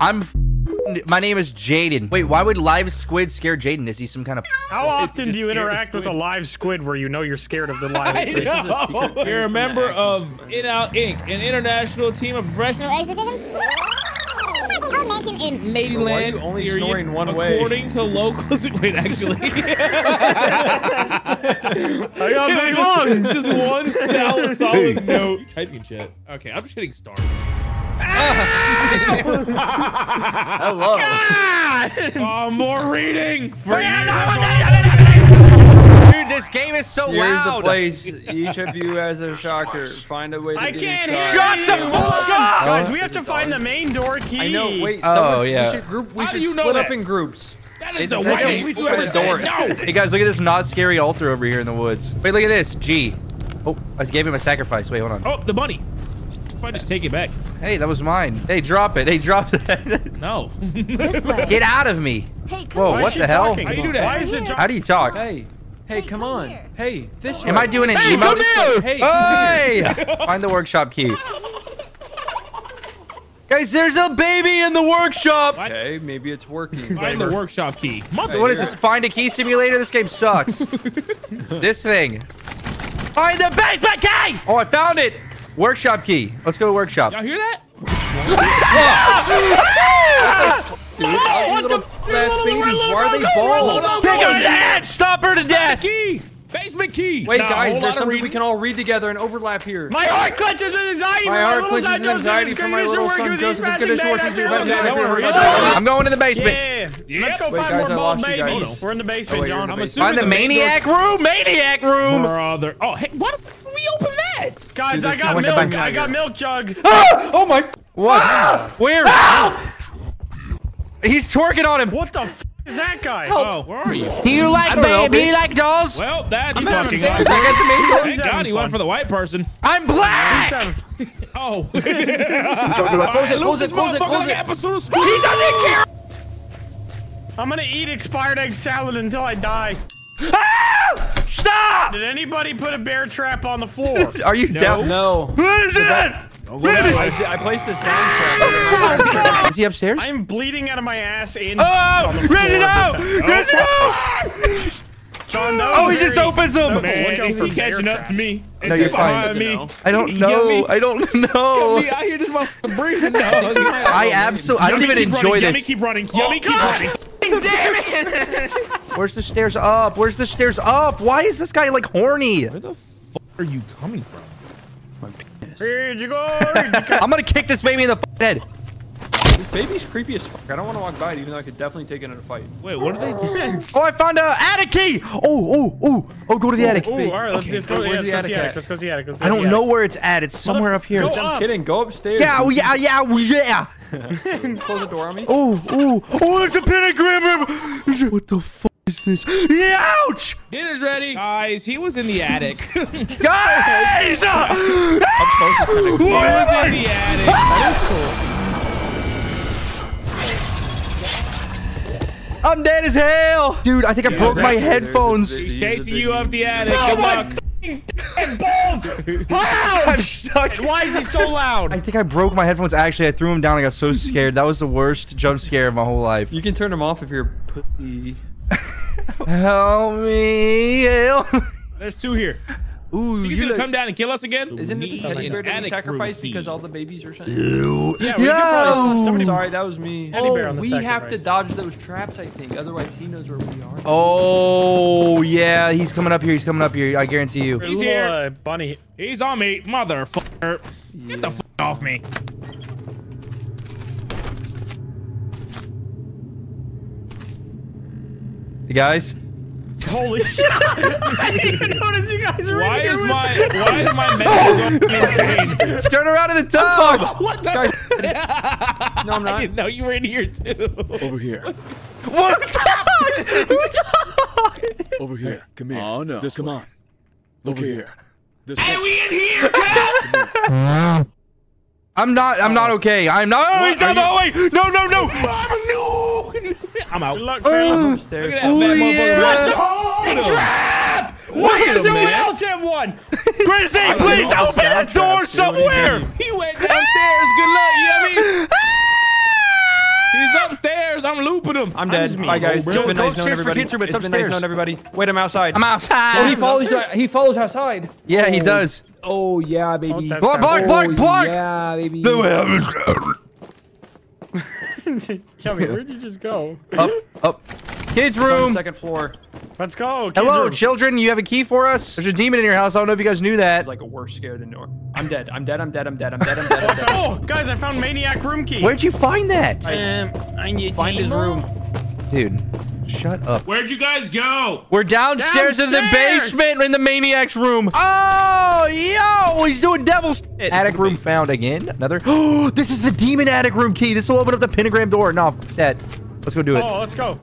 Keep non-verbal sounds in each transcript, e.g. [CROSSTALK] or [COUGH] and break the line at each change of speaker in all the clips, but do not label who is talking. I'm. f***ing- My name is Jaden. Wait, why would live squid scare Jaden? Is he some kind of?
How often
just
do you
scared of
interact with a
squid.
live squid where you know you're scared of the live
I
squid?
know.
This is a
You're
secret thing
a
from the
member
Atkins
of
family.
In Out Inc., an international team of professional
exorcism.
[LAUGHS]
in
Why are
mainland.
you only
Europe,
snoring one way?
according to locals. [LAUGHS] Wait, actually,
I got big lungs.
this is one
[LAUGHS]
solid, solid note. Typing in chat. Okay, I'm just getting started.
Hello.
Oh, more reading.
Dude, this game is so
Here's the
loud.
place. Each of you has a shocker. Find a way to
I
get
can't hear
inside.
Shut the
you.
fuck up!
Guys, we
Oh,
have to find the main door key.
I know. Wait.
Oh,
someone's-
yeah.
We should group. We
How do
should
you know
split
that?
up in groups.
That is
It's
the
the
way
second-
we do
open the door.
everything. No.
Hey guys, look at this not scary altar over here in the woods. Wait, look at this. G. Oh, I gave him a sacrifice. Wait, hold on.
Oh, the money. If I just take it back.
Hey, that was mine. Hey, drop it. Hey, drop [LAUGHS] it.
No.
This way.
Get out of me.
Hey, come
Whoa,
on.
what
[LAUGHS]
is she
the hell?
talking?
How you do that?
Why is it?
How do you talk?
Hey. Hey,
Hey,
come
come
on.
here.
Hey, this
Am
way.
I doing an
Hey,
emo?
come here!
Hey.
Hey! Find the workshop key. Guys, there's a baby in the workshop.
Okay, maybe it's working.
Find the workshop key.
So what is this? Find a key simulator? This game [LAUGHS] sucks. this thing. Find the basement key! Oh, I found it. Workshop key. Let's go to workshop.
Y'all hear that?
Ah!
Dude, all you
what
little
the f- you little
ass babies,
little
why are they
little
bald?
little-
Pick up that! Stop her to death!
Key. Basement key.
Wait,
Nah, a whole
guys,
lot
there's
of
something we
reading.
can all read together and overlap here.
My heart clutches with anxiety.
My
for
heart
little
clutches
son
with
Joseph,
anxiety
his
for my
greatest
little
work
son
with
Joseph, his
smashing
greatest works
back
with his
down
back
the
down
middle.
everywhere.
Yeah.
I'm going to the basement.
Yeah. Let's go
Wait,
find
guys, I
more bald
lost you guys.
babies. We're in the
Oh,
basement,
wait, you're in
John.
the
I'm
basement.
Find
assuming
the maniac room! Maniac room!
Brother. Oh, hey, why the f- did we open that?
Guys,
Dude,
I
there's
got
no
milk.
one back
I
here.
got milk jug.
Oh my!
What? Where? He's twerking on him.
What the f is that guy?
Oh, where are you?
Do you like
I don't know, bitch.
like dolls?
Well, that's
having
fucking
fun.
awesome.
I got the main door.
Thank
He's
God
having
he
fun.
went for the white person.
I'm black!
Seven. [LAUGHS]
Oh.
Close it, close it, close it, close it.
it.
I'm gonna eat expired egg salad until I die.
Ah! Stop!
Did anybody put a bear trap on the
[LAUGHS]
floor?
Are you down?
No.
What is that?
I, I placed the soundtrack.
Is he upstairs?
I'm bleeding out of my ass and
oh! Reginald! Reginald!
John, that was
Oh, he
very-
just
[LAUGHS]
opens them.
Man,
Man,
is he
he catching up to me.
No, you're fine. I don't know. I don't know.
I hear this motherfucker breathing.
[LAUGHS] I absolutely. I don't even enjoy
Yummy,
this.
keep running. Yummy, keep running.
Where's the stairs up? Where's the stairs up? Why is this guy like horny?
Where the fuck are you coming from?
Where'd you go? Where'd you
I'm gonna kick this baby in the f***ing head.
This baby's creepy as fuck. I don't want to walk by it, even though I could definitely take it in a fight.
Wait, what are they doing?
Oh, I found a attic key. Oh, oh, oh, oh, go to the attic.
Ooh, all right, let's, let's go.
where's
Yeah, let's go to
the
the attic.
attic at?
Let's go to the attic. Let's go
I
to
don't
the
know
attic.
where it's at. It's somewhere up here.
Go
I'm
up.
kidding. Go upstairs.
Yeah, oh, yeah, yeah, oh, yeah.
Close the door on me.
Oh, oh, oh, it's a pentagram. Is it- What the fuck is this? Ouch!
Dinner's ready. Guys, he was in the attic. [LAUGHS] he was in [LAUGHS]
Guys! Whatever!
the attic.
I'm dead as hell! Dude, I think I broke my
There's a- there's a-
headphones. [LAUGHS]
there's a
Chasing
big-
you up the attic. Good luck.
I'm stuck.
Why is he so
[LAUGHS]
loud?
I think I broke my headphones. Actually, I threw them down. I got so scared. That was the worst jump scare of my whole life.
You can turn them off if you're pussy.
Help me! Help! me.
There's two here.
Ooh,
He's
you
gonna
look-
come down and kill us again?
Isn't it the teddy bear to be sacrificed because all the babies are sent?
Yeah, we could
Oh.
probably-
I'm
somebody-
sorry, that was me.
Teddy bear
Oh,
on the
we
second
have to
race.
dodge those traps, I think. Otherwise, he knows where we are.
Oh yeah, he's coming up here. He's coming up here. I guarantee you.
There's a
He's
little,
here.
uh, bunny.
He's on me, motherfucker. Get the fuck off me.
You guys,
Holy [LAUGHS] shit! I didn't even notice you guys were
Why
in here
is
with-
my why
[LAUGHS]
is my message going insane?
let's turn around in the tub.
What the?
No, I'm
I
not.
didn't know you were in here too.
Over here.
What? Who talked?
Over here. Come here. Oh no. This come on. Look here. This
we in [LAUGHS] here?
I'm not. I'm not okay. I'm not. Oh, he's down the hallway. No, no, no.
I'm out.
Good
Look
luck, Sam.
Upstairs.
at that
Oh
fat
yeah.
motherfucker.
What is
No one
doing?
else had one.
Chrissy, please
all
open the
soundtracks,
door
dude.
somewhere.
He went downstairs. Good luck. You know what I mean? I'm looping him.
I'm dead.
just mean.
Bye guys.
Yo,
It's been
go
nice knowing
upstairs for
everybody.
kids room. It's
It's been nice
upstairs.
knowing everybody. Wait, I'm outside.
I'm outside.
Oh, he follows. He follows outside.
yeah, he does.
Oh yeah, baby.
that's-
Bark, bark, bark,
Oh,
bark.
Yeah, baby.
[LAUGHS] Kelly, where'd you just go?
Up, up. Kids
It's on the
room.
second floor.
Let's go. kids
Hello,
room.
children. You have a key for us? There's a demon in your house. I don't know if you guys knew that.
It's like a worse scare than normal. I'm dead. I'm dead. I'm dead. I'm dead. I'm dead. I'm dead. I'm dead. [LAUGHS]
Oh, guys, I found maniac room key.
Where'd you find that?
Um, I need
Find his room.
Dude, shut up.
Where'd you guys go?
We're downstairs, in the
Downstairs!
basement in the maniac's room. Oh, yo, he's doing devil's shit. Attic room found again. Another. [GASPS] Oh, this is the demon attic room key. This will open up the pentagram door. No, f- that. Let's go do it.
Oh, let's go.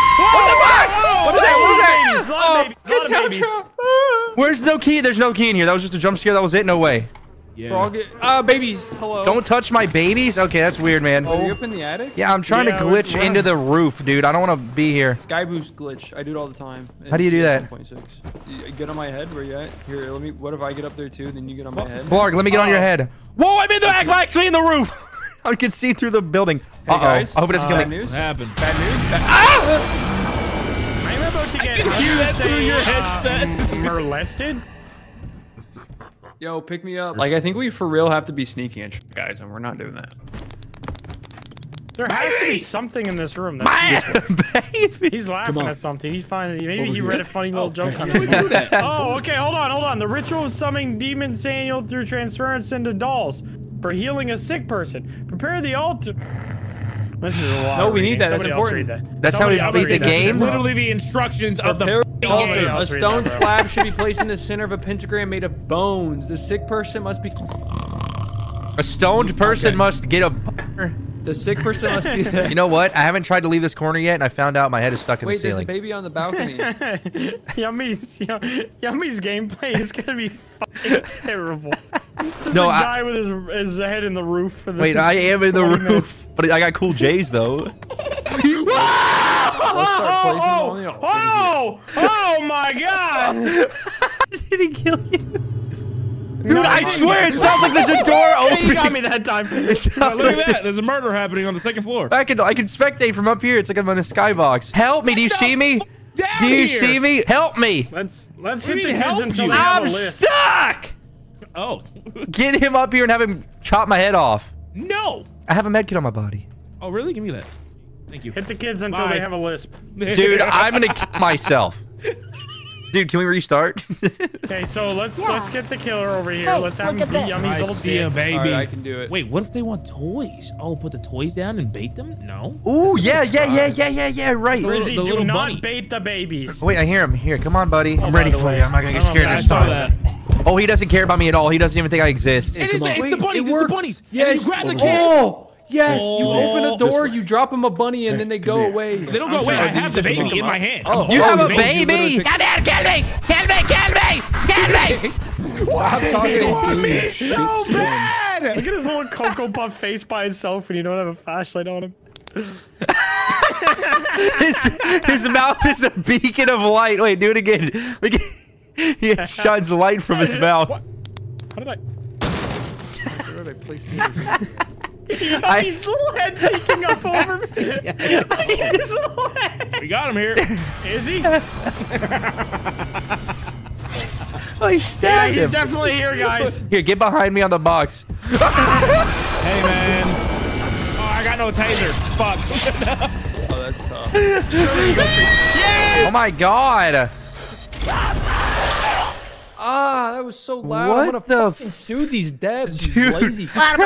What the fuck? What is that? What is
Babies, lot of babies, lot of babies.
that? Where's no key? There's no key in here. That was just a jump scare. That was it. No way.
Yeah.
We're all good. Uh, babies. Hello.
Don't touch my babies. Okay, that's weird, man.
Are you up in the attic?
Yeah, I'm trying
Yeah,
to
let's
glitch
run.
into the roof, dude. I don't want to be here.
Sky boost glitch. I do it all the time.
How do you do that?
1.6. You Get on my head. Where you at? Here, let me. What if I get up there too? Then you get on my head.
Blarg, let me get on your head. Whoa, I'm in the I'm actually in the
[LAUGHS]
roof. I can see through the building. Uh-oh.
guys.
I hope it doesn't kill
Bad
me.
news.
What happened?
Bad news. Bad-
I'm about to get say, uh, molested.
Yo, pick me up. Like I think we for real have to be sneaky and sh- guys, and we're not doing that.
There has to be something in this room.
[LAUGHS]
That's
Baby.
He's laughing
on.
at something. He's finally maybe
Over
he
here.
read a funny little joke on
Who would
his
do that?
Oh, okay, hold on, hold on. The ritual of summoning demon Samuel through transference into dolls for healing a sick person. Prepare the altar. This is a lot.
No,
of
we
reading.
need that. That's
Somebody else read
important.
that.
That's how
Somebody
we
else
beat the
read that.
game?
Bro.
Literally the instructions of the
Prepare
f***ing
the
game.
altar.
I'll
A
read
stone
that, bro.
slab should be placed in the center of a pentagram made of bones. The sick person must be.
A stoned person
Okay.
must get a.
The sick person must
[LAUGHS]
be.
You know what? I haven't tried to leave this corner yet, and I found out my head is stuck in
Wait,
the
there's a
ceiling.
baby on the
[LAUGHS]
balcony.
[LAUGHS] Yummy's Yum- Yummy's gameplay is gonna
[LAUGHS]
be fucking terrible. Just
No,
a
I-
guy with his, his head in the roof. For the
Wait, I am in the
20 minutes.
roof, but I got cool J's though.
Let's start placing them on the
Oh, [LAUGHS]
altar.
oh, oh my god!
Did he kill you? Dude, I swear it sounds like there's a door
You got
opening.
me that time.
[LAUGHS] It sounds
Look
like
at that.
there's-
There's a murder happening on the second floor.
[LAUGHS] I can I can spectate from up here. It's like I'm in a skybox. Help me! Do you see me? Do you see me? Help me!
Let's let's
do
hit
you
the
mean
kids
help
until
you?
they have a
I'm
list.
stuck!
Oh.
Get him up here and have him chop my head off.
no.
I have a med kit on my body.
Oh, really? Give me that. Thank you. [LAUGHS]
Hit the kids until
Bye.
they have a lisp.
Dude, I'm gonna kill myself. Dude, can we restart? [LAUGHS]
Okay, so let's
Yeah.
let's get the killer over here.
Hey,
let's have
look
him
at
beat
this.
Yummy's
I
old
see a
dick.
baby.
All right, I can do it.
Wait, what if they want toys? Oh, put the toys down and bait them? No.
Ooh, yeah, yeah, yeah, yeah, yeah, yeah, right.
Rizzy,
the
do
little
not
bunny.
bait the babies.
Wait, I hear him. Here, come on, buddy. I'm
Oh, by
ready
the
for
way,
you. I'm not gonna get
I don't
scared
know
this
if I saw
time. Oh, he doesn't care about me at all. He doesn't even think I exist.
It is
come
the,
on.
it's the
Wait,
bunnies.
it
It's
worked.
the bunnies.
Yes.
And you grab the kid.
Oh, yes. You open a
Oh.
door, you drop him a bunny, and then they go
here.
away.
They don't go away. I
sorry,
have the
did you just
baby
come
in my hand.
Oh,
You
oh,
have a
you literally
baby!
picked-
Come here, kill me! Kill me, kill me! Kill me!
[LAUGHS]
Stop talking. Dude,
so bad.
Look at his little Cocoa Puff face by itself when you don't have a flashlight on him.
his, his mouth is a beacon of light. Wait, do it again. [LAUGHS] Look at- He shines light from his mouth.
How did I?
Where did I
[LAUGHS]
place the-
His little head peeking up over me. [LAUGHS] His little head.
We got him here.
Is [LAUGHS] he?
I stabbed
He's
him.
definitely here, [LAUGHS] guys.
Here, get behind me on the box.
hey, man. Oh, I got no taser. Fuck.
Oh, that's tough.
Oh my god.
Ah, that was so loud.
What
I'm gonna
the
fucking sue these devs, you
Dude.
lazy.
[LAUGHS] How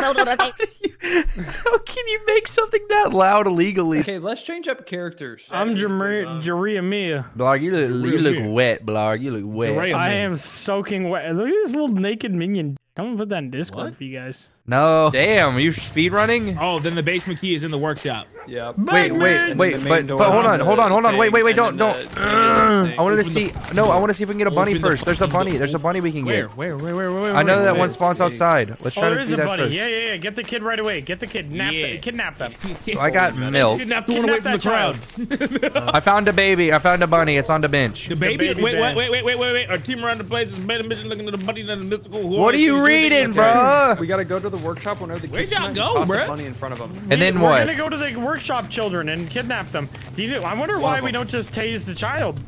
can you make something that loud illegally?
Okay, let's change up characters.
[LAUGHS] I'm Jaria Jaria Mia.
Blog, you look, you look
weird.
wet, Blog. You look wet.
Jerome.
I am soaking wet. Look at this little naked minion. I'm gonna put that in Discord
What?
for you guys.
No. Damn, you speed running?
[LAUGHS] Oh, then the basement key is in the workshop.
Yeah.
Wait, wait,
Batman!
wait,
The main
but,
door
but hold on,
and
hold
the
on, hold on. Wait,
thing,
wait, wait, don't,
and
don't.
then the-
I wanted to
Open the
see. No, I want to see if we can get a bunny
Open the
first. There's a
fucking
bunny.
door.
There's a bunny we can
Where?
get.
Where? Where? Where? Where? where
I know that
where
one
is
spawns
this?
outside. Let's
Oh,
try
there
to
is
do
a
that
bunny.
first.
Yeah, yeah, yeah. Get the kid right away. Get the kid. Nap
Yeah.
the, kidnap them.
I got milk.
Kidnap the one away
Kidnap
from the
that child.
crowd.
I found a baby. I found a bunny. It's on the bench.
The baby.
baby
wait,
band.
wait, wait, wait, wait, wait, wait. Our team around the place is made a mission looking at the buddy and the mystical.
What are you reading,
Okay,
bro?
We gotta go to the the workshop whenever the
Where'd
kids
y'all
come in,
go,
toss the
bruh?
money in front of them.
And then
we're
what?
gonna go to the workshop children and kidnap them. These, are- I wonder why we don't just tase the child.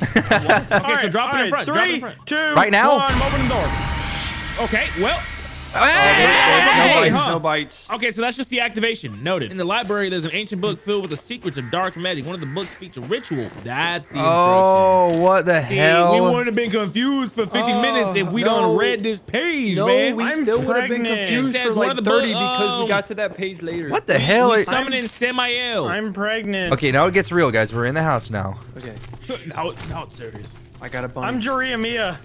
Okay,
All
so
right,
drop
all
it in
right,
front.
Three,
drop it in front.
two,
Right now?
one, I'm opening the door.
Okay, well,
Oh,
No
Hey,
bites,
huh.
no bites.
okay, so that's just the activation. Noted. In the library, there's an ancient book filled with the secrets of dark magic. One of the books speaks of ritual. That's the instruction.
Oh, what the
See,
hell?
We wouldn't have been confused for 50
Oh,
minutes if we
no.
don't read this page,
No,
man.
we
I'm
still would have been
pregnant.
confused
It
for
says one
like
of the
30
bu-
because
oh.
we got to that page later.
what the hell?
we
Is-
summoning Samael.
I'm pregnant.
okay, now it gets real, guys. We're in the house
[LAUGHS]
now.
Okay,
now, now it's serious.
I got a bunny.
I'm Juria Mia.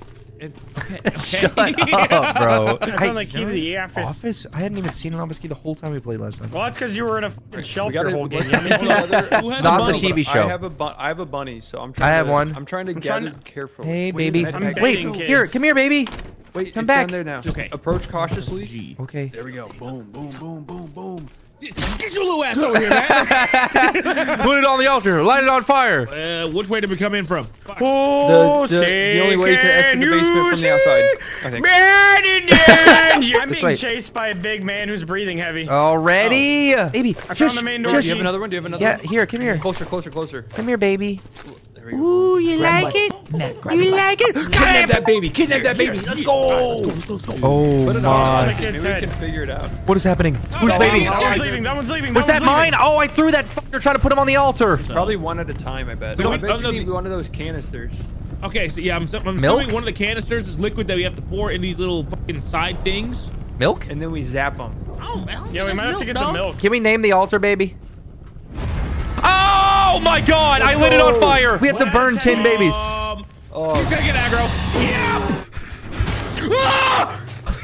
[LAUGHS] Shut up, bro.
I
Hey,
found the key to the office.
office? I hadn't even seen an office key the whole time we played last night.
Well, that's because you were in a fucking shelf
We
your
gotta-
whole game.
let's-
You know what I mean?
[LAUGHS] [LAUGHS]
let's-
Who has
Not
a
the
bundle?
TV
I
show.
have a bun- I have a bunny, so I'm trying.
have
to,
one.
I'm trying to
trying
gather
to-
carefully.
Hey,
Wait,
baby.
back-
I'm
back-
begging
Wait,
kids.
here, come here, baby.
Wait,
Come
it's
back.
down there now.
Okay.
Approach cautiously.
G.
Okay.
There we go. Boom, boom, boom, boom, boom.
Get your little ass over
[LAUGHS]
here, man.
Put it on the altar. Light it on fire.
uh, which way did we come in from? Fuck.
Oh,
the- the only
say,
way to exit the
can
basement
you
from the outside, I
see?
think.
Man, it
[LAUGHS]
is- I'm
This
being
way. Oh,
chased by a big man who's breathing heavy.
Already? Oh. Baby, I
found the main door.
Do you have another one? Do you have another
Yeah,
one?
here, come here.
Closer, closer, closer.
Come here, baby.
There we go.
Ooh, you like it? You like it? Kidnap that baby. Kidnap that baby. Let's go. Oh,
Put it on.
my.
Nice.
Maybe we
Head.
can figure it out.
What is happening? Who's
Oh,
baby?
That one's leaving. That one's leaving.
Was that
one's
mine?
leaving.
Oh, I threw that fucker trying to put him on the altar.
Probably one at a time, I bet.
So
I
we-
bet
oh, no,
you need
the-
one of those canisters.
Okay, so yeah, I'm, I'm
Milk?
assuming one of the canisters is liquid that we have to pour in these little fucking side things.
Milk?
And then we zap them.
Oh, man.
Yeah, we might have to get the milk.
Can we name the altar, baby? Oh my god, I lit it on fire. We have to burn 10 babies.
Um,
Oh.
He's gonna get aggro. Yep!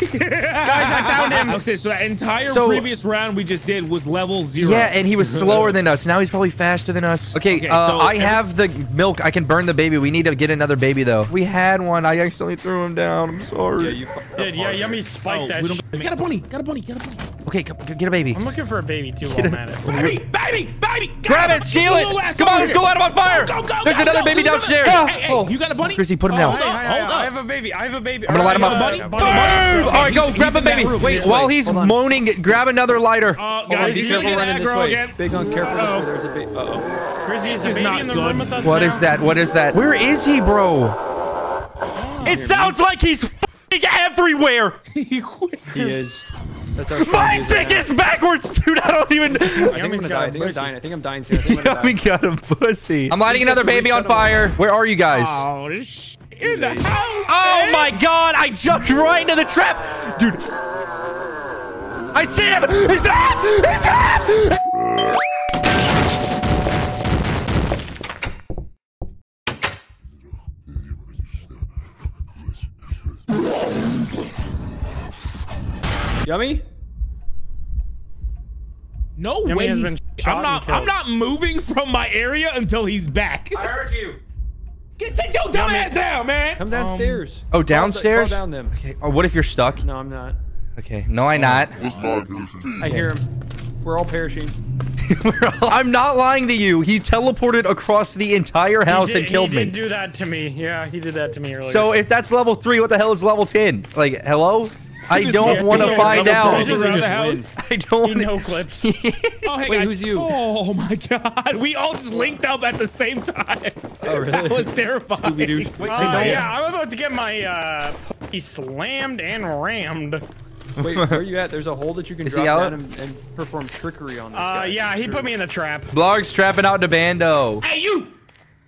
Guys, I found him. [LAUGHS] Okay, so that entire
So-
previous round we just did was level zero.
Yeah, and he [LAUGHS] was slower than us. Now he's probably faster than us. Okay,
Okay,
uh,
so
I
every-
have the milk. I can burn the baby. We need to get another baby, though. We had one. I accidentally threw him down. I'm sorry.
Yeah, you fucked up
Dude, yeah,
hard there.
yummy
Oh,
spiked
we
that. Sh-
don't, got a bunny. Got a bunny. Got a bunny.
Okay, come, get a baby.
I'm looking for a baby too. While I'm at it.
Baby, baby, baby! Get
Grab
him.
it, steal
Get your little
it.
ass
Come
over
on, let's
here.
go light him on fire.
Go, go, go,
There's
go,
another
go.
baby
There's another-
downstairs.
Hey, hey, you got a bunny?
Chrissy, put him
Oh,
down.
hey, hey, hey,
Hold
I
up.
have a baby. I have a baby.
I'm gonna light him up.
Alright, I
Buddy,
got a
buddy.
buddy.
Boom! All right, go
he's
grab a
in that
baby.
room.
Wait,
This
while
way.
he's
Hold on.
moaning, grab another lighter.
Uh,
Hold on,
guys,
be
he's gonna
careful
get
running this
aggro
way.
again.
Big on careful this
Uh-oh.
way. There's a big. Uh
Chrissy, is the
is
baby
not
in the
good.
room with us
What
now?
is that? What is that? Where is he, bro? It sounds like he's f***ing everywhere.
oh. He is. That's our
My
strategy right
dick
now.
is backwards, dude. I don't even.
I think I'm
Yummy's got
gonna die.
a
I think I'm
pussy.
dying. I think I'm dying soon. I think I'm gonna
we
die.
got him, pussy. I'm lighting
Just
another baby on
reset him.
fire. Where are you guys?
Oh, this sh- in the house.
Oh my god! I jumped right into the trap, dude. I see him. He's up. He's up.
Yummy?
No
Yummy
way.
has
he-
been shot
I'm not.
and
I'm not moving from my area until he's back.
I heard you.
Get sit your dumb ass down, man.
Come downstairs.
Oh, downstairs.
Fall down them.
Okay. Oh, what if you're stuck?
No, I'm not.
Okay. No, I'm
[LAUGHS]
not.
I hear him. We're all perishing.
I'm not lying to you. He teleported across the entire
He
house
did-
and killed
he
me.
did do that to me. Yeah, he did that to me earlier.
So if that's level three, what the hell is level ten? Like, hello? I don't want to
yeah,
find
level
out.
three is
Around the
just
house.
I don't.
He no clips.
Oh, hey,
Wait,
guys.
who's you?
Oh my god, we all just linked up at the same time.
Oh, really?
That was
[LAUGHS]
terrifying.
Scooby-Doo. Wait,
Uh, yeah, I'm about to get my uh, he slammed and rammed. Uh,
Wait, where are you at? There's a hole that you can
Is he
drop
out?
down and, and perform trickery on this
Uh,
guy.
yeah, he
Sure.
put me in the trap.
[LAUGHS] Blog's trapping out to Bando.
Hey, you!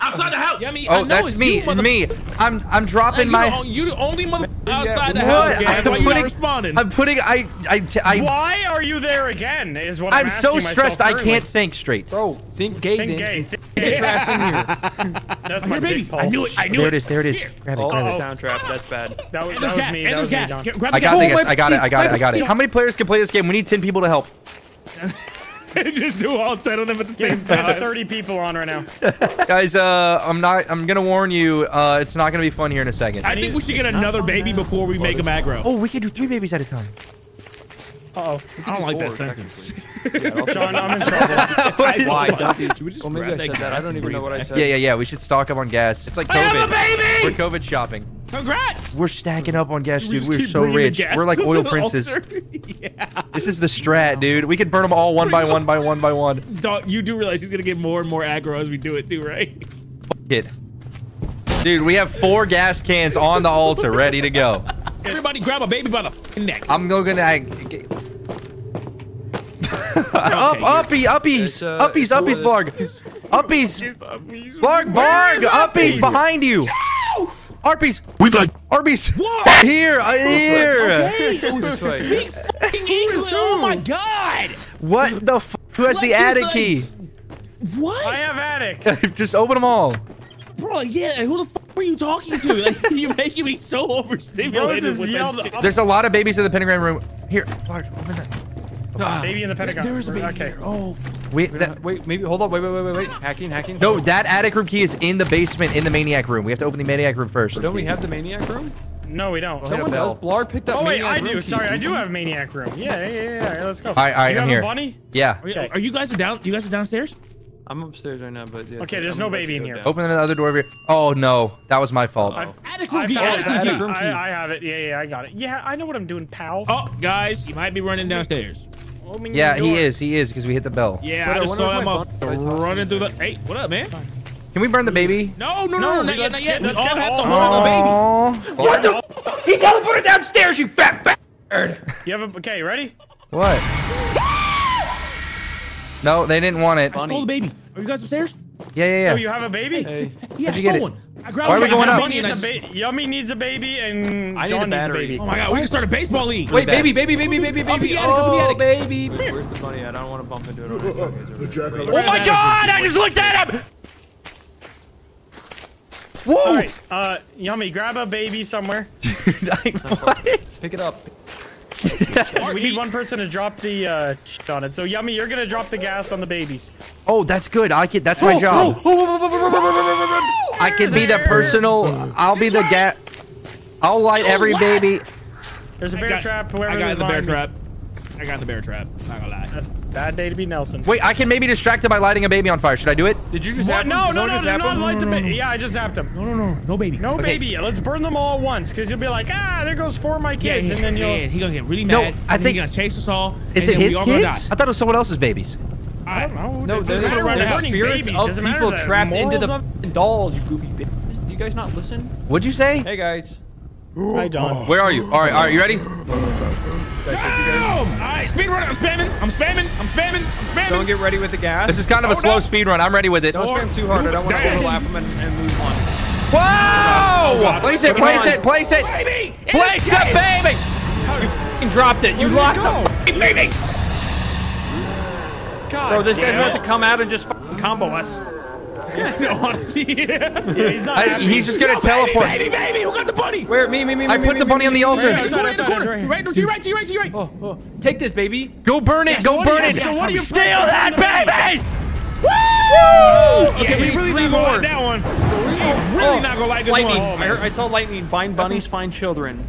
Outside the house. Yummy, I
Oh,
know
that's
it's
me.
You, mother-
me. I'm I'm
Hey,
dropping
you,
my.
the, you the only mother outside the
What?
house, gang. Why
I'm
you not
putting-
responding?
I'm putting. I I t- I.
Why are you there again? Is what I'm,
I'm so
asking myself
stressed. I
currently.
can't think straight.
Bro, think gay
Think
then.
gay.
Get
[LAUGHS]
Think
your
gay.
ass in here.
That's my
Here, baby.
big pulse.
I knew it. I knew
There
it.
it is. There it is.
Here.
Grab it.
Oh,
Grab it.
sound trap. That's bad.
That was,
And
that
there's
was
gas.
me.
And
that
there's
was me,
gas.
John.
Get- Grab [LAUGHS] the
I got
gas.
the guess. I got it. I got it. I got it. How many players can play this game? We need ten people to help.
Just do all ten of them at the
I
same
[LAUGHS] have
time.
30 people on right now.
Guys, uh, I'm not. I'm gonna warn you. Uh, it's not gonna be fun here in a second.
I think we should get another baby before we make him aggro.
Oh, we could do three babies at a
[LAUGHS]
time.
Uh-oh.
I don't like that
Four,
sentence.
technically. Yeah,
John, I'm in
[LAUGHS]
trouble.
What [LAUGHS] is-
Why?
yeah,
Should we just well, maybe I said that. I don't even know what I said.
yeah, yeah. We should stock up on gas. It's like COVID.
I have a baby!
We're COVID shopping.
Congrats.
We're stacking up on gas,
We
dude.
just
We're
keep
so
bringing the
rich.
gas
We're like
to [LAUGHS]
oil
the
princes.
altar. yeah.
This is the strat, dude. We could burn them all one by one by one by one.
Dog, you do realize he's gonna get more and more aggro as we do it too, right?
Kid. Dude, we have four gas cans on the altar ready to go.
Everybody grab a baby by the fucking neck.
I'm go- gonna. I, up, uppy, uppies,
It's, uh,
uppies,
it's a
uppies,
little-
Varg. Uppies,
Yes, I'm- he's-
Varg,
Where
Varg,
is
uppies
Uppies?
behind you. Arpies,
We like
Arby's. [LAUGHS]
What?
Here, uh, here.
This way.
Speak fucking English. Oh my god.
What the f? Who has
Like,
the
he's
attic
like-
key?
What?
I have
[LAUGHS]
attic.
[LAUGHS]
Just open them all.
Bro, yeah, and who the fuck were you talking to? Like, [LAUGHS] you're making me so
Bro
overstimulated
just
with
yelled "Oh,
that shit.
up,
There's a lot of babies in the pentagram room. Here, Varg, open that.
baby in the pentagon.
There's a baby
okay.
there. Oh,
We,
Ah. We're
that
not- wait, maybe hold on. Wait, wait, wait, wait, wait. Hacking, hacking.
no, that attic room key is in the basement in the maniac room. We have to open the maniac room first.
Don't we have the maniac room?
No, we don't.
hit a
Someone does. Blar picked up.
Oh wait,
maniac
I
room
do.
key.
Sorry, I do have maniac room. Yeah, yeah, yeah. yeah. yeah, Let's go. All
right, all right,
you
I'm
have
here.
A bunny?
Yeah.
are,
Okay.
are you guys down? You guys are downstairs?
I'm upstairs right now, but yeah,
Okay, there's
I'm
no
about to
baby in
go
here.
down.
Open another door over here. Oh no, that was my fault.
I've-
Attic
I
room key.
found it.
Attic room
I,
key.
attic room key.
I, I have it. Yeah, yeah, I got it. Yeah, I know what I'm doing, pal.
Oh, guys, you might be running downstairs.
Opening
yeah,
the
he
door.
is. He is because we hit the bell.
Yeah,
Wait,
I
I
just
wonder
saw
if
that
my button-
motherfucker running through the. Hey, what up, man?
Can we burn the baby?
No,
No,
no, no, no, not yet,
let's
not yet.
get-
We
let's
all
get
have
all-
to hold on the baby.
Aw.
What the? f- He teleported downstairs, you fat bat.
You have a okay? Ready?
What? No, they didn't want it.
I stole the baby. Are you guys upstairs?
Yeah, yeah, yeah.
Oh, you have a baby?
Hey,
Yeah, I
you get
stole
it?
one. I grabbed
Why are we
one. I
going
had
up?
money
Needs
and
a
I just-
ba- Yummy needs a baby, and
I need
John needs
a
a
battery.
baby.
Oh my god, we can start a baseball league.
wait, baby, baby, baby, baby,
Up the
baby.
attic, up the
Oh,
attic.
baby. Where's the bunny at? I don't want to bump into it. Oh,
Oh my God! I just looked at him.
All
Whoa!
right, uh, yummy, grab a baby
[LAUGHS]
somewhere.
[LAUGHS] Dude, I, [LAUGHS] what?
Pick it up.
We need one person to drop the uh, shit on it. So yummy, you're gonna drop the gas on the babies.
Oh, that's good. I can. That's my job. I can be the personal. I'll be the gas. I'll light every baby.
There's a
I
bear
got-
trap. Whoever
I got
is
in the bear
behind me.
trap. I got in the bear trap. Not gonna lie.
That's a bad day to be Nelson.
Wait, I can maybe distract him by lighting a baby on fire. Should I do it?
Did you just
What?
happen?
No,
Did
no,
someone
no,
just
no,
happen?
not light the baby. Yeah, I just zapped him.
No, no, no, no baby.
No
Okay.
baby. Let's burn them all once, because you'll be like, ah, there goes four of my
Yeah,
kids,
yeah,
and then
yeah,
you'll.
he gonna get really
No,
mad.
I
and then
think-
he gonna chase us all.
Is
and
it
then
his
we all gonna
kids? I thought it was someone else's babies.
I don't know.
No,
It's
there's
a
they're-
burning
they're
the
baby.
spirits of
Doesn't matter
people
the
trapped into
morals
the
of-
f***ing dolls. You goofy bitch. Do you guys not listen?
What'd you say?
Hey guys.
I don't.
Where are you? All right, all right. You ready?
All right, speedrunner. I'm spamming. I'm spamming. I'm spamming. I'm spamming.
Someone get ready with the gas.
This is kind of a
Oh,
slow
no.
speed run. I'm ready with it.
Don't spam too hard. I don't want to
Dang.
overlap them and, and lose one.
Whoa! Place it,
Put it
place
on.
it, place it.
baby. It's
Place the
it.
baby.
You f***ing dropped it. You lost them.
Hey, baby.
God,
Bro, this guy's
damn
about to come out and just f***ing combo us.
Honestly.
it. Yeah, he's not
I,
happy.
he's just gonna teleport.
Baby, baby, who got the bunny?
Where? Me, me, me, me.
I
me,
put
me,
the
me,
bunny
me,
on the
me,
altar.
Yeah,
In the
sorry,
corner, in the
sorry,
corner.
sorry.
You right, to your right, to your right, to your right.
Oh, oh. Take this, baby.
Go burn it. Go burn it.
so what do you
Steal
burn?
that baby.
Okay, we really
Not gonna
need more.
like that one. We're really not gonna like this
Oh, lightning.
Oh,
one. Oh,
I, heard, I saw lightning. Find bunnies, find children.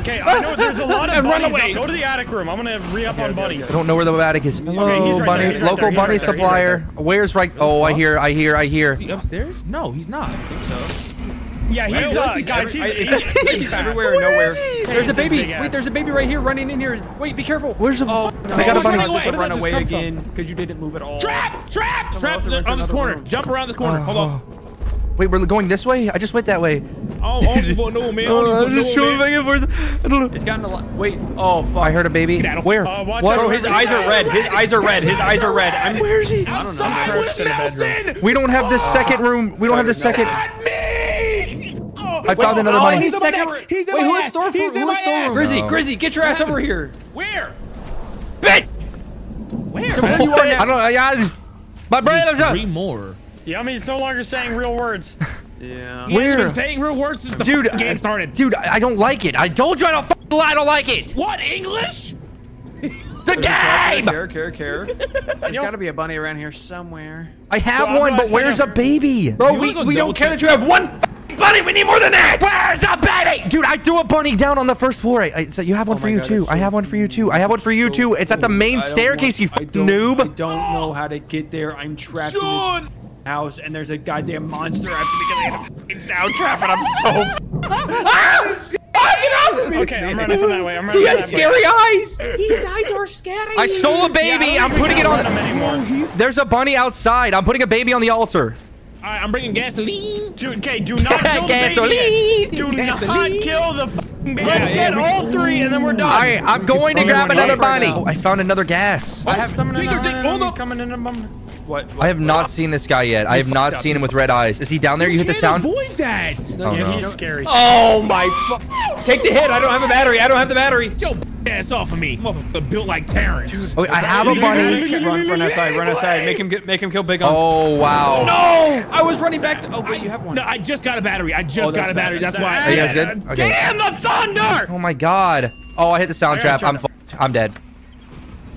Okay,
[LAUGHS]
I know there's a lot of
And run
bunnies.
away.
out. Go to the attic room. I'm gonna re up on
okay,
bunnies.
I don't know where the attic is. Hello,
he's right
bunny.
there, he's right
Local
there, he's
bunny
right there, he's right
supplier. Where's right? Oh, I hear. I hear. I hear.
Is he upstairs? No, he's not. I think so.
Yeah,
I
he's
feel like
uh,
he's
guys,
every-
he's,
I-
he's,
it's-
he's
it's
fast.
everywhere, nowhere.
he?
There's a
It's his
baby.
big
Wait,
ass.
there's a baby right here running in here. Wait, be careful.
Where's the?
Oh,
I got a
no,
bunny.
it caused it
Where
to
did
run
that just
away
come from?
again because you didn't move at all.
Trap! Trap!
Someone else
Trap
went to
on this
another
corner.
room.
Jump around this corner. Hold
Oh.
on.
Wait, we're going this way. I just went that way.
Oh, only for no man. Only
[LAUGHS] Oh,
for
I'm just
no
showing
man.
back and forth. I don't know.
It's gotten a lot. Wait. Oh fuck.
I heard a baby.
Skedaddle.
Where?
Uh, watch
What?
out.
Bro, Oh, his eyes are red. His eyes are red. His eyes are red. I'm.
Where is he?
I don't know.
Outside with
in a bedroom.
Nelson!
We don't have the second room. We don't have the second.
Not me! Oh,
I found another
oh,
bunny.
he's
He's in my
stuck
neck.
out.
He's in
Wait,
my
who is
ass.
store for?
He's in
Who is
my
store?
ass.
Grizzy,
No.
Grizzy, get your ass over here.
Where?
Bitch.
Where?
Where you are
I
now?
don't. I, I, my brain. I'm
Three
done.
more.
Yummy's no longer saying real
[LAUGHS]
words.
Yeah.
He hasn't
Where?
been saying real words since the
Dude,
fucking game
I-
started.
Dude, I I don't like it. I told you I don't fucking lie. I don't like it.
What English?
The game.
Care, care, care. There's got to be a bunny around here somewhere.
I have
Well,
one,
otherwise
but where's
we
a baby?
Bro,
You
we,
wanna go
we
double
don't care that you have one f***ing bunny. We need more than that.
Where's a baby? Dude, I threw a bunny down on the first floor. I, I so you have one for
Oh my
you
God,
too.
that's
I
so
have one for you too. I have one for you too. It's at the main staircase, you
I
fucking
don't, I
noob.
don't know how to get there. I'm trapped in
Sean!
this house, and there's a goddamn monster after me because I had a f***ing sound trap, and I'm so
Okay, I'm running from that way. I'm running
He
from
has
that way.
scary eyes.
His eyes are scary.
I stole a baby.
Yeah, I
I'm
don't think
putting
we
it
can
on.
[LAUGHS]
run him anymore.
There's a bunny outside. I'm putting a baby on the altar.
All right, I'm bringing gasoline.
Do, okay, do [LAUGHS] not kill the baby.
Gasoline.
Do not
Gasoline.
kill the fucking baby. Let's get all three and then we're done.
All right, I'm going to
throw
grab
everyone
another
off right
bunny.
now.
Oh, I found another gas.
I have someone in
Digger,
the
dig-
dig,
hold up.
coming in a moment.
What? what
I have not seen this guy yet. I have not seen him with red eyes. Is he down there? You hit the sound?
Avoid that.
Oh,
yeah,
no.
he's scary.
oh my! Fu- Take the hit. I don't have a battery. I don't have the battery.
Yo, ass off of me. Motherfucker built like Terrence.
Oh, I have a bunny.
Run, run outside. Run outside. Make him get. Make him kill Big on.
Oh, wow.
No! I was running back to. Oh wait, you have one.
No, I just got a battery. I just
Oh,
got
that's
a battery.
bad.
That's why.
Are
I
you guys good? Okay.
Damn the thunder!
Oh, my God. Oh, I hit the sound trap. I'm fucked. I'm dead.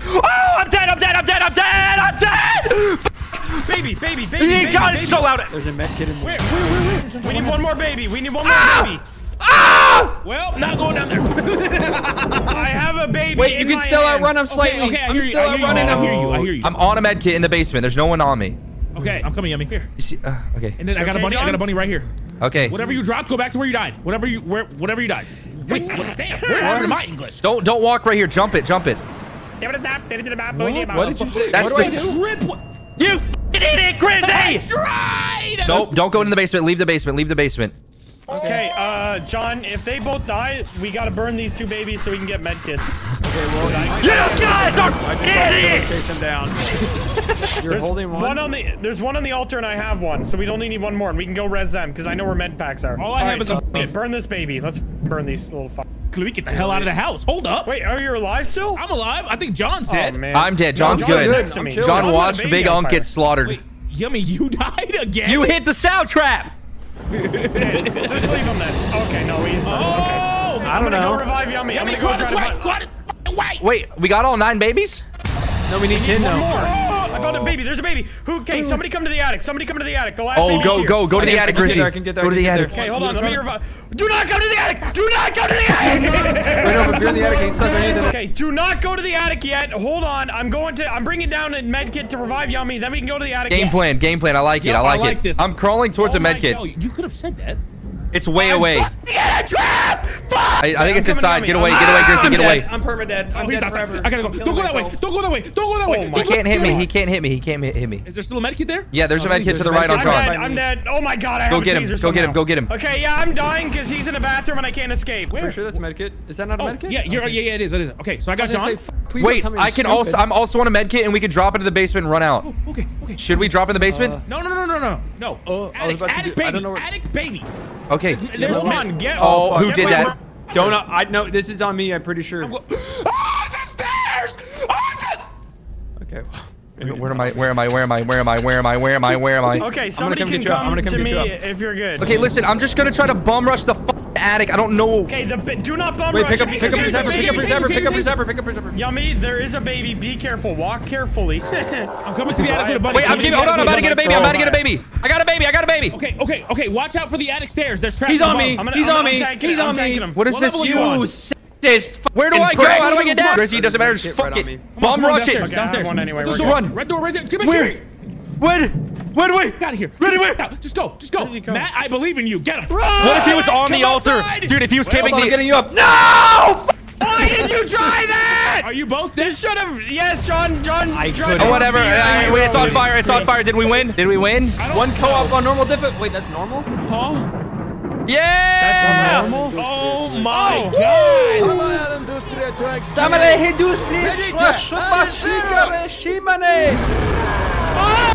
Oh, I'm dead. I'm dead. I'm dead. I'm dead. I'm dead.
[LAUGHS]
Baby, baby, baby.
He
baby,
got it
baby.
so loud.
There's a med kit in
Wait, wait, wait, wait. We need one more baby. We need one more baby.
Ah!
Well, not going down there.
I have a baby.
[LAUGHS]
Wait, you
in
can
my
still
hand.
outrun him
okay,
slightly.
okay, I
I'm
hear
still
you. I hear you.
outrunning
I hear
him.
you. I hear you.
I'm on a med kit in the basement. There's no one on me.
okay, I'm coming, Yummy. Here.
You see- uh, okay.
And then I got
Okay,
a bunny. I
John?
got a bunny right here.
Okay.
Whatever you dropped, go back to where you died. Whatever you where whatever you died. Wait, what, damn. What happened to my English?
Don't don't walk right here. Jump it. Jump it.
What did you do?
That's
what do
the-
I do?
Rip. What?
You f***ing idiot, Grizzly!
Right.
Nope. Don't go in the basement. Leave the basement. Leave the basement.
Okay, uh, John, if they both die, we gotta burn these two babies so we can get med kits.
You guys are idiots!
Chase them down.
You're holding one.
One on the there's one on the altar and I have one, so we only need one more and we can go res them because I know where med packs are.
All I have is a
so
fucking-
burn this baby. Let's burn these little. F-
Can we get the hell out of the house? Hold up.
Wait, are you alive still?
I'm alive. I think John's
oh,
dead.
man.
I'm dead. John's
No,
good.
next to me.
I'm chilling.
John
John's
watched
got a
Big
baby on
Unk
fire.
get slaughtered.
Wait, Yummy, you [LAUGHS] died again.
You hit the sound trap!
Just leave him then. Okay, no, he's burning. Okay.
Oh.
I
don't know.
Go revive Yummy. I'm
Yummy,
gonna
go
go
out
try to
this way.
find
Go out this way.
Wait, we got all nine babies?
No, we need ten
one more.
though. Oh!
I found a baby. There's a baby. Who? Okay, somebody come to the attic. Somebody come to the attic. The last.
Oh,
baby's
go,
here.
go, go to
I
the
can- I
attic,
can get
Grizzly.
there, I can get there,
Go to
I
the
can get
attic.
there.
Okay, hold on. Let me revive.
Do not go to the attic. Do not go to
[LAUGHS]
the attic.
Wait, no, but if you're in the attic, he's stuck on you. Then
Okay, do not go to the attic yet. Hold on. I'm going to. I'm bringing down a med kit to revive Yummy. Then we can go to the attic.
Game
Yes.
plan, game plan. I like it.
Yo,
I like,
I like
it.
this.
I'm crawling towards a
Oh my
med kit.
God, You could have said that.
It's way away.
Get a trap! Fuck!
I, I think it's
coming,
inside.
coming.
Get away, get away, Grizzly, get away.
I'm permadead. I'm
Oh, he's
dead
not
forever.
I gotta go.
I'm
Don't
killing
go that way.
myself.
Don't go that way. Don't go that way.
my
He can't hit me. He
Is
can't hit me. He can't hit me.
there still a medkit there?
Yeah, there's a med kit to the right on
I'm dead.
John.
I'm dead. Oh my god, I
Go
have a
get him.
taser
Go get him.
somehow.
Go get him.
Okay, yeah, I'm dying because he's in a bathroom and I can't escape.
Where?
Are you sure that's a medkit? Is that not a
Oh,
medkit?
yeah, you're, yeah, yeah, it is. It is. Okay, so I got
I was gonna
John.
say, f- please don't
Wait,
tell me
I
you're
can
stupid.
also I'm also on a med kit and we can drop into the basement and run out.
okay, okay.
Should we drop in the basement?
No, no, no, no, no, no. No.
Oh, I was
Attic,
about to
attic
do- I
baby.
don't know where-
Attic baby.
Okay.
There's one. Get.
Oh, who
fuck.
did
Get
that?
my-
Don't. I know this is on me. I'm pretty sure.
Oh, the stairs! Oh,
[LAUGHS]
Okay.
Where am I? Where am I? Where am I? Where am I? Where am I? Where am I? Where am I?
Okay, somebody
come
can
get you up. I'm
come
gonna come
to
get
me
you up.
if you're good.
Okay, listen, I'm just gonna try to bum rush the f- attic. I don't know.
Okay, the bi- do not bum
Wait,
rush
pick up,
it
pick
because
up your
there's a
zapper, pick up
baby.
your zapper, pick up your zapper, pick up your zapper.
Yummy, there is a baby. Be careful. Walk carefully. [LAUGHS]
I'm coming to the attic with a buddy.
Wait, I'm
coming
getting.
to the
Hold on, I'm about
attic
to
with
get a baby. I'm about to get a baby. I got a baby. I got a baby.
Okay, okay, okay. Watch out for the attic stairs. There's traps.
He's on
above.
me.
I'm gonna-
He's
I'm-
on
I'm
me.
tanking
He's
him. I'm
on me.
tanking him.
What is this?
You sadist.
Where do I go?
prick.
How do I get down?
Come on.
Grizzly, it doesn't matter. Just
Shit, right
fuck
on
it.
me.
Come on,
Bum
come on,
rush
downstairs,
it.
Okay, I have
Downstairs.
one anyway,
Red
we're
door,
good.
Red door right there. Come in
Where?
here.
Where? Where do we?
Get out of here.
Where do we?
Get out. Just go. Just go.
did he go?
Matt, I believe in you. Get him.
What if he was on
Come
the altar,
outside.
dude? If he was
Hold
camping
on, I'm
the.
getting you up. No!
Why did you try that?
Are you both dead?
This should have. Yes, John. John. I
Oh, whatever. Uh, wait, it's on fire. It's on fire. Did we win? Did we win?
One co-op on normal diffi- Wait, that's normal?
Huh?
Yeah.
Oh my
Oh.
god.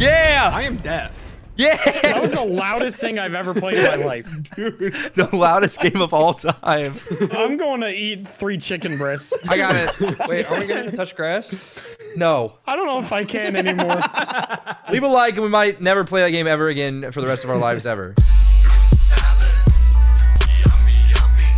Yeah.
I am deaf.
Yeah. [LAUGHS]
That was the loudest thing I've ever played in my life.
The loudest game of all time.
I'm going to eat three chicken breasts.
I got it.
Wait, are we gonna touch grass?
No.
I don't know if I can anymore.
Leave a like, and we might never play that game ever again for the rest of our lives ever.